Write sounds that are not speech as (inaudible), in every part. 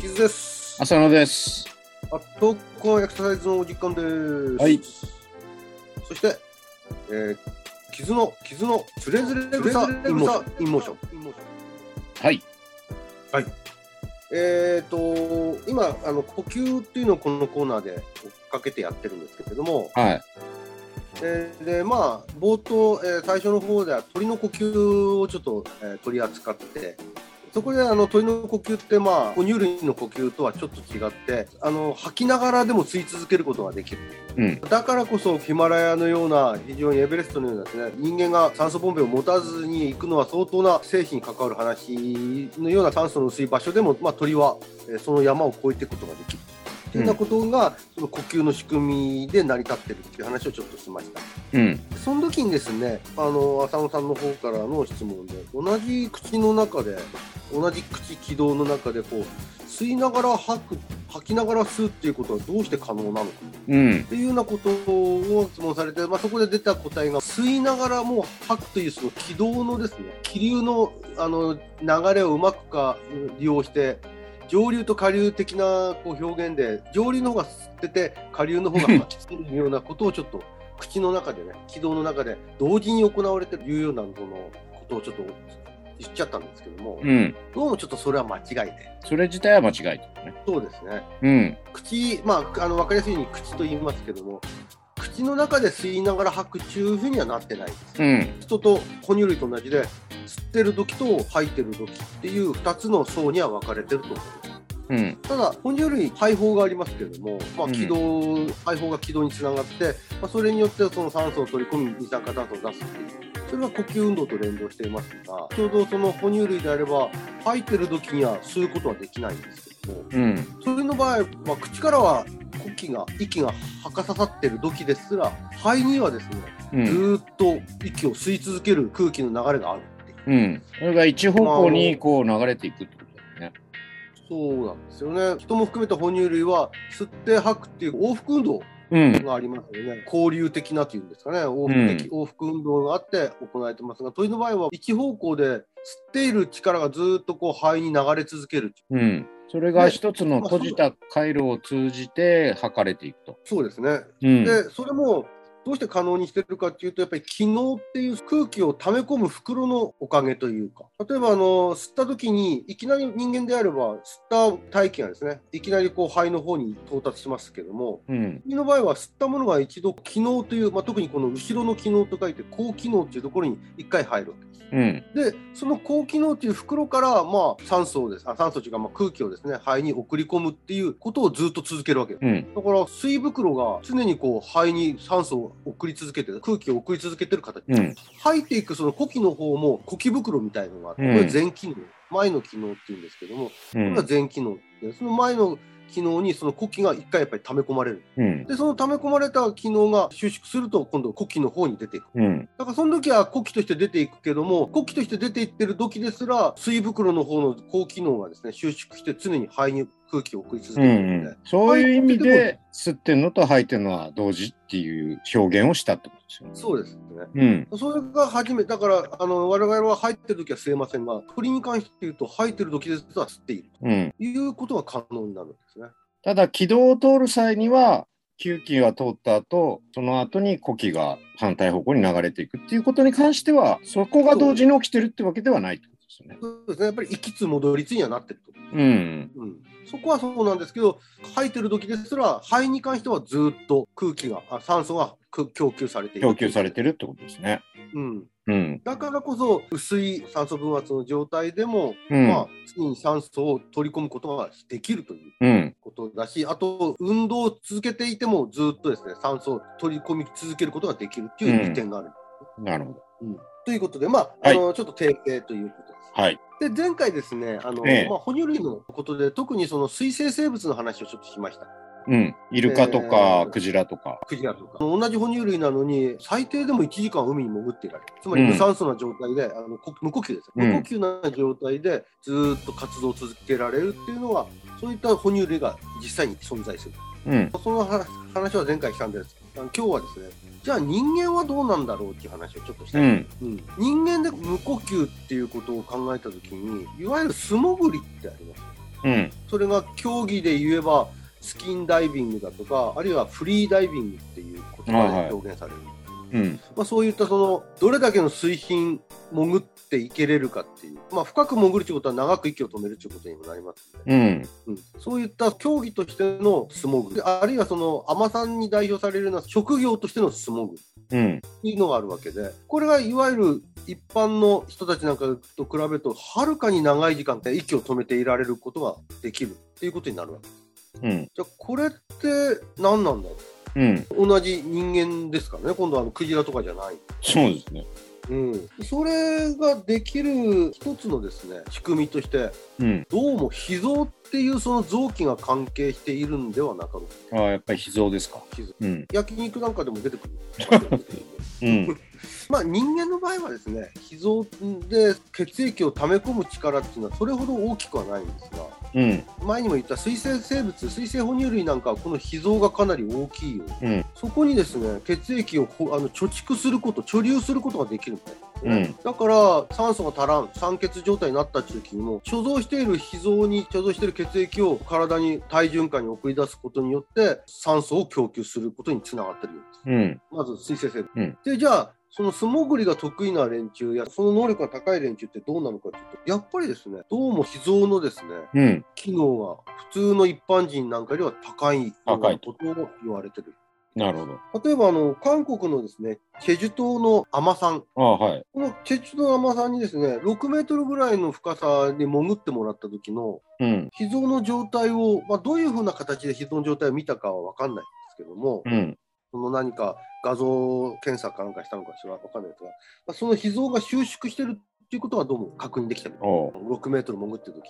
傷です。浅野です。アットコーエクササイズのお時間です。はい。そして、えー、傷の、傷の、つれづれ草インモーション。インモーション。はい。えー、と今あの、呼吸っていうのをこのコーナーで追っかけてやってるんですけれども、はい。えーでまあ、冒頭、えー最初の方では鳥の呼吸をちょっと、えー取り扱って、そこであの鳥の呼吸って、まあ、哺乳類の呼吸とはちょっと違ってあの、吐きながらでも吸い続けることができる。うん。だからこそヒマラヤのような非常にエベレストのようなですね人間が酸素ボンベを持たずに行くのは相当な生死に関わる話のような酸素の薄い場所でも、まあ、鳥はえーその山を越えていくことができる。というようなことが、その呼吸の仕組みで成り立ってるっていう話をちょっとしました。うん。その時にですね、あの浅野さんの方からの質問で、同じ口の中で、同じ口気道の中でこう吸いながら吐く、吐きながら吸うっていうことはどうして可能なのか。うんっ。ていうようなことを質問されて、まあ、そこで出た答えが吸いながらもう吐くというその軌道のですね気流のあの流れをうまくか利用して上流と下流的なこう表現で上流の方が吸ってて下流の (laughs) 方が吐き出るようなことをちょっと口の中でね軌道の中で同時に行われてるいうようなそのことをちょっと言っちゃったんですけども、うん。どうもちょっとそれは間違いでそれ自体は間違いだよね。そうですね。うん。口、まあ、あの分かりやすいように口と言いますけども口の中で吸いながら吐くっていうふうにはなってないですうん。人と哺乳類と同じで吸ってる時と吐いてる時っていう2つの層には分かれてると思いますうん。ただ哺乳類肺胞がありますけれども、まあ、うん気道、肺胞が気道につながって、まあ、それによってその酸素を取り込み二酸化炭素を出すっていうそれは呼吸運動と連動していますがちょうどその哺乳類であれば吐いてる時には吸うことはできないんですけども、うん。それの場合は口からは呼気が息が吐かささってる時ですら肺にはですね、うずん。ーっと息を吸い続ける空気の流れがあるっていううん。それが一方向にこう流れていくってことだよね。そうなんですよね人も含めた哺乳類は吸って吐くっていう往復運動うん。がありますよね交流的なというんですかね往復的、往復運動があって行われてますが鳥の場合は一方向で吸っている力がずーっとこう肺に流れ続けるうん。それが一つの閉じた回路を通じて測れていくと。そうですねうん。でそれもどうして可能にしてるかっていうとやっぱり気嚢っていう空気を溜め込む袋のおかげというか例えばあの吸った時にいきなり人間であれば吸った大気がですねいきなりこう肺の方に到達しますけどもうん。胃の場合は吸ったものが一度気嚢という、まあ、特にこの後ろの気嚢と書いて後気嚢っていうところに一回入るわけです。うん。でその高機能という袋から、まあ、酸素をですあ酸素というか、まあ、空気をですね肺に送り込むっていうことをずっと続けるわけです、うんだから水袋が常にこう肺に酸素を送り続けて空気を送り続けてる形、うん。吐いていくその呼気の方も呼気袋みたいのがあって、うんこれ前機能前の機能っていうんですけどもこうれがん。前機能でその前の機能にその呼気が一回やっぱり溜め込まれるうん。でその溜め込まれた機能が収縮すると今度呼気の方に出ていくうん。だからその時は呼気として出ていくけども呼気として出ていってる時ですら水袋の方の高機能がですね収縮して常に肺に空気を送り続けうんてるので、うん、そういう意味で吸ってんのと吐いてんのは同時っていう表現をしたってことですよね。そうですねうんそれが初めだからあの我々は入ってる時は吸えませんが鳥に関して言うと入ってる時ですら吸っているうん、ということが可能になるんですね。ただ軌道を通る際には吸気が通った後その後に呼気が反対方向に流れていくっていうことに関してはそこが同時に起きてるってわけではないってことですよね。そうですねやっぱり行きつ戻りつにはなってると、うんうん、そこはそうなんですけど入ってる時ですら肺に関してはずっと空気があ酸素がく供給されている供給されてるってことですね。うん、うんだからこそ薄い酸素分圧の状態でも、うんまあ、常に酸素を取り込むことができるといううんことだしあと運動を続けていてもずっとですね酸素を取り込み続けることができるという利点がある。なるほど。うんということで、まあはいあのちょっと訂正ということです。はい。で前回ですねあの、ええまあ、哺乳類のことで特にその水生生物の話をちょっとしました。うん、イルカとえかークジラとか、クジラとか同じ哺乳類なのに最低でも1時間海に潜っていられるつまりうん無酸素な状態で、あのこ無呼吸ですうん無呼吸な状態でずーっと活動を続けられるっていうのはそういった哺乳類が実際に存在するうん、その話話は前回したんですあの今日はですねじゃあ人間はどうなんだろうっていう話をちょっとしうたい、ん、うん人間で無呼吸っていうことを考えた時にいわゆる素潜りってありますうん、それが競技で言えばスキンダイビングだとかあるいはフリーダイビングっていう言葉で表現される、うん、まあ、そういったそのどれだけの水深潜っていけれるかっていう、まあ、深く潜るということは長く息を止めるということにもなりますので、うん、うんそういった競技としての素潜りあるいはその海女さんに代表されるような職業としての素潜りうん、っていうのがあるわけで、これがいわゆる一般の人たちなんかと比べると、はるかに長い時間で息を止めていられることができるっていうことになるわけ。うん、じゃあ、これって何なんだろうん、う同じ人間ですからね、今度はあのクジラとかじゃない。そうですね。うん。それができる一つのですね、仕組みとして、うん、どうも脾臓っていうその臓器が関係しているんではなかろうか。ああ、やっぱり脾臓ですか。脾臓うん、焼肉なんかでも出てくる。 (laughs) うん、まあ、人間の場合はですね脾臓で血液を溜め込む力っていうのはそれほど大きくはないんですがうん、前にも言った水生生物水生哺乳類なんかはこの脾臓がかなり大きいよ、うんそこにですね血液をほあの貯蓄すること貯留することができるんだよねだから酸素が足らん酸欠状態になった時にも貯蔵している脾臓に貯蔵している血液を体に体循環に送り出すことによって酸素を供給することにつながってるようですうん、まず水生成分。うんで、じゃあ、その素潜りが得意な連中や、その能力が高い連中ってどうなのかというと、やっぱりですね、どうも脾臓のですね、うん、機能が普通の一般人なんかよりは高いよう高ないことを言われてる。なるほど。例えば、あの、韓国のですね、チェジュ島の海女さん。ああ、はい。このチェジュ島の海女さんにですね、6メートルぐらいの深さに潜ってもらった時の、うん、脾臓の状態を、まあ、どういうふうな形で脾臓の状態を見たかはわかんないんですけども、うん、その何か画像検査かなんかしたのかしらわかんないですが、まあ、その脾臓が収縮してるっていうことはどうも確認できたみたいおう6メートル潜ってる時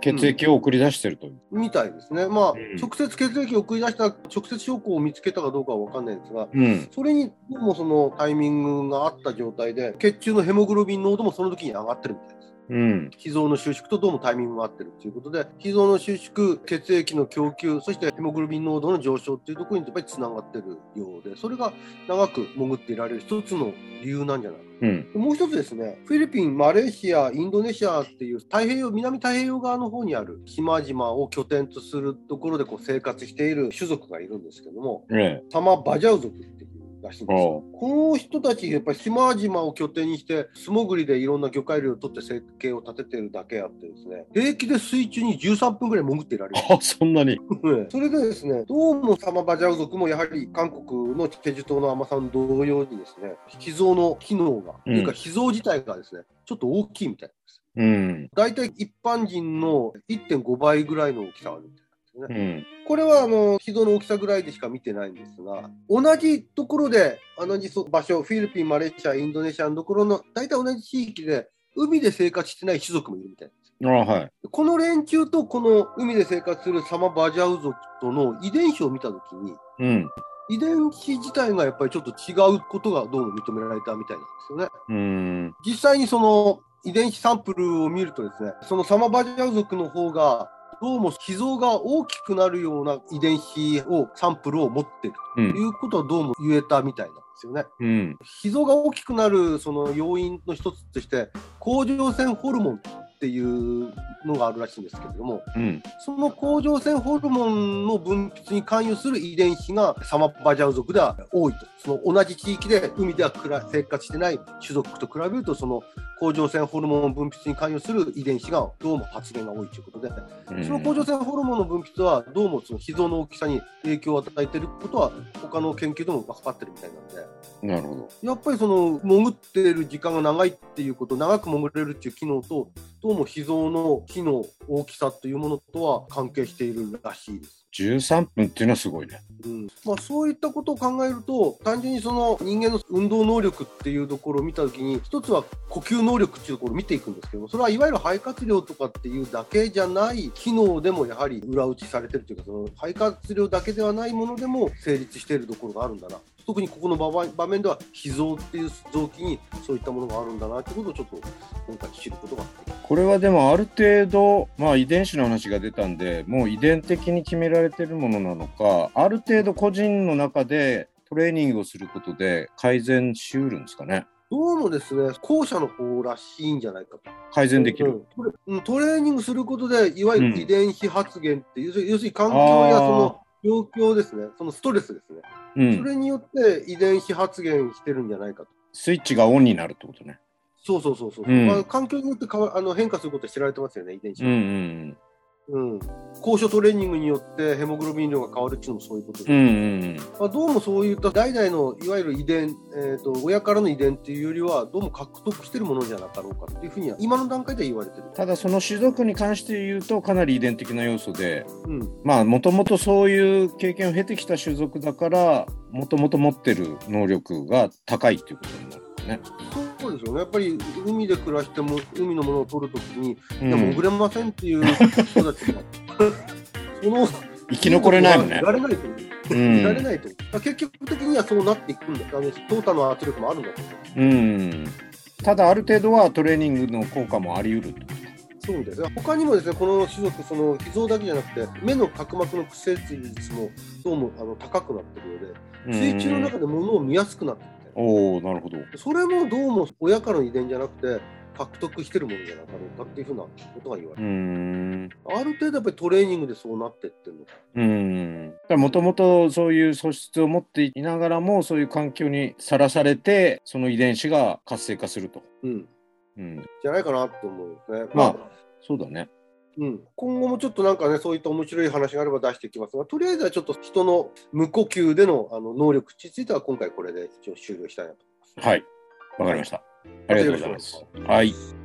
血液を送り出してるという。みたいですね。まあ、うん直接血液を送り出した、直接証拠を見つけたかどうかはわかんないですが、うん、それにどうもそのタイミングがあった状態で、血中のヘモグロビン濃度もその時に上がってるみたいです。うん、脾臓の収縮とどうもタイミングが合ってるということで、脾臓の収縮、血液の供給、そしてヘモグロビン濃度の上昇っていうところにやっぱりつながってるようで、それが長く潜っていられる一つの理由なんじゃないうん、もう一つですね、フィリピン、マレーシア、インドネシアっていう太平洋、南太平洋側の方にある島々を拠点とするところでこう生活している種族がいるんですけども、ええ、サマバジャウ族っていうらしいんですよおうこの人たち、やっぱり島々を拠点にして、素潜りでいろんな魚介類を取って生計を立ててるだけあってですね、平気で水中に13分ぐらい潜っていられる。あ、そんなに。 (laughs) それでですね、どうもサマバジャウ族もやはり韓国のチェジュ島の海女さん同様にですね、脾臓の機能が、とうんいうか脾臓自体がですね、ちょっと大きいみたいです。うん、大体一般人の1.5倍ぐらいの大きさがあるみたいですね。うん、これはあの脾臓の大きさぐらいでしか見てないんですが同じところで同じそ場所フィリピンマレーシアインドネシアのところの大体同じ地域で海で生活してない種族もいるみたいですああ、はい。この連中とこの海で生活するサマバジャウ族との遺伝子を見た時にうん、遺伝子自体がやっぱりちょっと違うことがどうも認められたみたいなんですよねうん、実際にその遺伝子サンプルを見るとですねそのサマバジャウ族の方がどうも脾臓が大きくなるような遺伝子をサンプルを持っているうとん、いうことはどうも言えたみたいなんですよね。うん、脾臓が大きくなるその要因の一つとして甲状腺ホルモンっていうのがあるらしいんですけれどもうん、その甲状腺ホルモンの分泌に関与する遺伝子がサマバジャウ族では多いとその同じ地域で海では暮ら生活してない種族と比べるとその甲状腺ホルモン分泌に関与する遺伝子がどうも発現が多いということでうんその甲状腺ホルモンの分泌はどうもその脾臓の大きさに影響を与えていることは他の研究でも分かってるみたいなので。なるほど。やっぱりその潜っている時間が長いっていうこと長く潜れるっていう機能とどうも脾臓の機の大きさというものとは関係しているらしいです。 13分っていうのはすごいね。うんまあ、そういったことを考えると単純にその人間の運動能力っていうところを見た時に一つは呼吸能力っていうところを見ていくんですけどもそれはいわゆる肺活量とかっていうだけじゃない機能でもやはり裏打ちされてるというかその肺活量だけではないものでも成立しているところがあるんだな特にここの場場面では脾臓っていう臓器にそういったものがあるんだなってことをちょっと今回知ることができましたこれはでもある程度、まあ、遺伝子の話が出たんでもう遺伝的に決められてるものなのかある程度個人の中でトレーニングをすることで改善しうるんですかねどうもですね、後者の方らしいんじゃないかと。改善できる、うんトレうんトレーニングすることで、いわゆうんる遺伝子発現って、要する要するに環境やあーその状況ですね、そのストレスですね、うそん、れによって遺伝子発現してるんじゃないかと。スイッチがオンになるってことねそうそうそうそう、うんまあ、環境によって変わあの変化することは知られてますよね、遺伝子うんうは。んうん高所トレーニングによってヘモグロビン量が変わるっていうのもそういうことでうんうんうんまあ、どうもそういった代々のいわゆる遺伝、えーと、親からの遺伝っていうよりは、どうも獲得してるものじゃなかろうかっていうふうには、今の段階では言われてる。ただその種族に関して言うとかなり遺伝的な要素でうんまあもともとそういう経験を経てきた種族だからもともと持ってる能力が高いっていうことになるんだね。そうですよね、やっぱり海で暮らしても海のものを取るときに、うんいや潜れませんって (laughs) いう人たちが、その生き残れないもんねい。られないと思う、うんいられないと思う、だから結局的にはそうなっていくんだ、あの淘汰の圧力もあるんだと思う、うん、ただある程度はトレーニングの効果もあり得るってこそうですね、他にもですねこの種族、その脾臓だけじゃなくて、目の角膜の屈折率もどうもあの高くなってるよとうで、水中の中で物を見やすくなってるみたいなおおなるほど。それもどうも親からの遺伝じゃなくて、獲得してるものじゃなかろうかっていうふうなことが言われてるうんある程度やっぱりトレーニングでそうなってってんのか。うんもともとそういう素質を持っていながらもそういう環境にさらされてその遺伝子が活性化すると、うん。うん、じゃないかなと思うんですね。まあまあそうだねうん、今後もちょっとなんかね、そういった面白い話があれば出していきますが、とりあえずはちょっと人の無呼吸でのあの能力については今回これで一応終了したいなと。はいわかりましたありがとうございますはい。